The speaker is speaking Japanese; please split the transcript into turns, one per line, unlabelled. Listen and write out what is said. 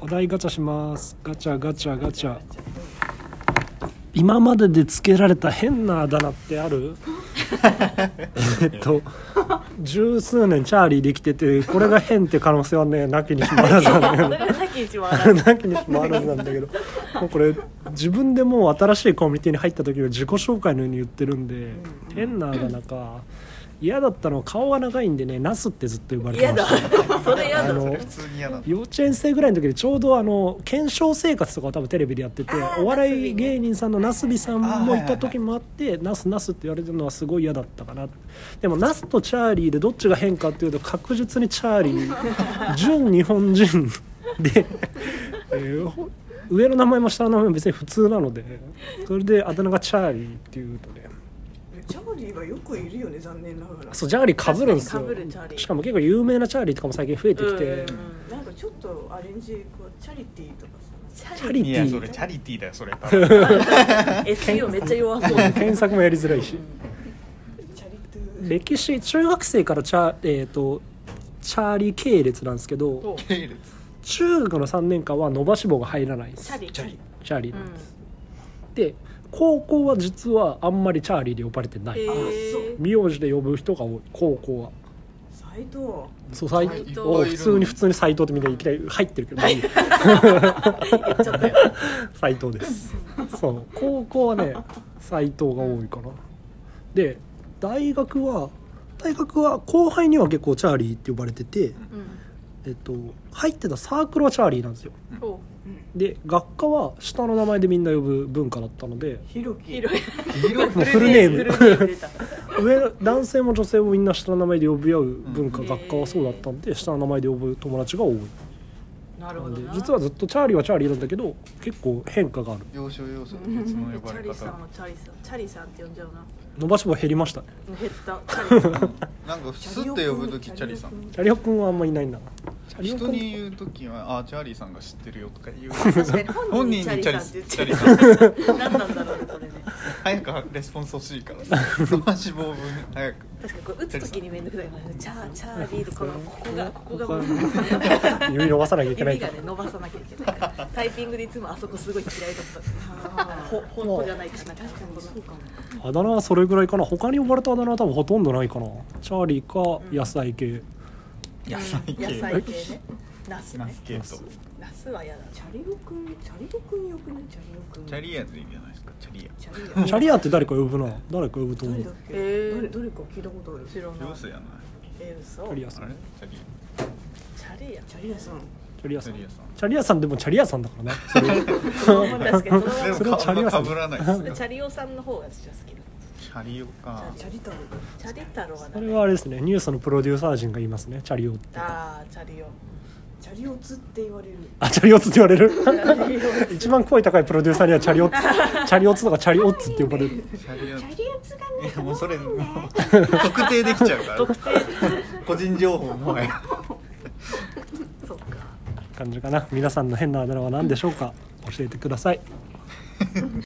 お題ガチャしますガチャガチャガチャ今まででつけられた変なあだ名ってあるえっと十数年チャーリーできててこれが変って可能性はねなきにしもあらずなんだけど
それがさっき一番
あれ なきにしもあらずなんだけどもうこれ自分でもう新しいコミュニティに入った時は自己紹介のように言ってるんで変なあだ名か嫌だったのは顔が長いんでねナスってずっと呼ばれて
嫌
ま
だ
した
それ嫌
あ
だ
の
普通に嫌なの
幼稚園生ぐらいの時でちょうどあの検証生活とかを多分テレビでやってて
あー
お
ナス
笑
ビ
い
ね
芸人さんのなすびさんもいた時
あー
もあって「なすなす」って言われてるのはすごい嫌だったかなでもなすとチャーリーでどっちが変かっていうと確実にチャーリー純日本人で、えーほ上の名前も下の名前も別に普通なのでそれであだ名がチャーリーっていうとね
チャーリーはよくいるよね残念ながら
そうチャーリーかぶるんですよ
確かに被るチャーリー
しかも結構有名なチャーリーとかも最近増えてきて
うん
なんかちょっとアレンジこうチャリティーとかさ
チ
チ
ャ
ャ
リ
リ
い
テ
や
ィ
それ
ー
チャリティーだよそれ多分
SEO めっちゃ弱そう
検索もやりづらいし。
チャリトゥー
歴史中学生からチャ,、えー、とチャーリー系列なんですけど
そう
系列
中学の3年間は伸ばし棒が入らないです
チャリ
チャーリー
う
なん
ん
です、で高校は実はあんまりチャーリーで呼ばれてない、
えー
名字で呼ぶ人が多い高校は
斎藤
そう斎
斉藤
お普通に普通に斎藤ってみんないきなり入ってるけど 斎藤ですそう高校はね斎藤が多いかなで大学は大学は後輩には結構チャーリーって呼ばれてて、
うん
えっと、入ってたサークルはチャーリーなんですよ
そ
で学科は下の名前でみんな呼ぶ文化だったので
ひろき
ういろい
広
もう
ろ
フルネーム
フルネーム出た
上男性も女性もみんな下の名前で呼び合う文化、
うん
学科はそうだったんで下の名前で呼ぶ友達が多い
なる
な
ほ
ん
ど
で
な
実はずっとチャーリーはチャーリーなんだけど結構変化がある
要所要所で別の呼ば
チャ
れ
リさん
方
もチャリさんチャリさんって呼んじゃうな
伸ばし棒減りましたね
減ったチャリさん
なんかスッて呼ぶ時チャリさん
チャリオくんはあんまいないんだなチャリオ
人
くん
に言う時は「あチャーリーさんが知ってるよ」とか言う
確かに本人にチャリさんって言ってる何なんだろうねこれね
早くレスポンス欲しいから伸ばし棒分早く
確かにこれ打つ時に面倒くさいからねチャーチャーリーとこのここがここが
指伸ばさなきゃいけないか
指が
ら
ね伸ばさなきゃいけないからタイピングでいつもあそこすごい嫌いだったほほほじゃないかしな確かにそうかも
あだ名はそれぐらいかな他に呼ばれたあだ名は多分ほとんどないかなチャーリーか野菜系、
野菜系
野菜系ねナス
ナ
ね
ス系と
ナスは嫌だ
チャリオくんチャリオくんよくないチャリオくん
チャリアーズいいんじゃないですかチャリ
チャリア
チャリアって誰か呼ぶな誰か呼ぶと思うチ
誰だっけ、
えー
誰誰か聞いたことある
後ろ
ア
の
上手やない
え嘘
ャリア
チ
さん
あれチャリ
ャリや
チャリアさん
チャリア
アチ
さん
ャ
チ
リアさん
ャリアさんでもチャリアさんだからねそれ
確かにそ
で
の
も
それはチャリ
顔
ア
が
さ
か
ん
ぶらないです
ま
ね
まチャリオさんの方が私は好きだ
チャリオか
チャリ太郎
チャリ太郎は
そ
ダ
れ
メ
はあれですねニュースのプロデューサー陣が言いますねチャリオって
あーチャリオ
チャリオツって言われる
あチャリオッツって言わ れる一番声高いプロデューサーにはチャリオッツチャリオッツとかチャリオッツって呼ばれる
チャリア
チャリオつが
いやもうそれもう特定できちゃうから個人情報もや
そうか
感じかな皆さんの変なあだ名は何でしょうか教えてください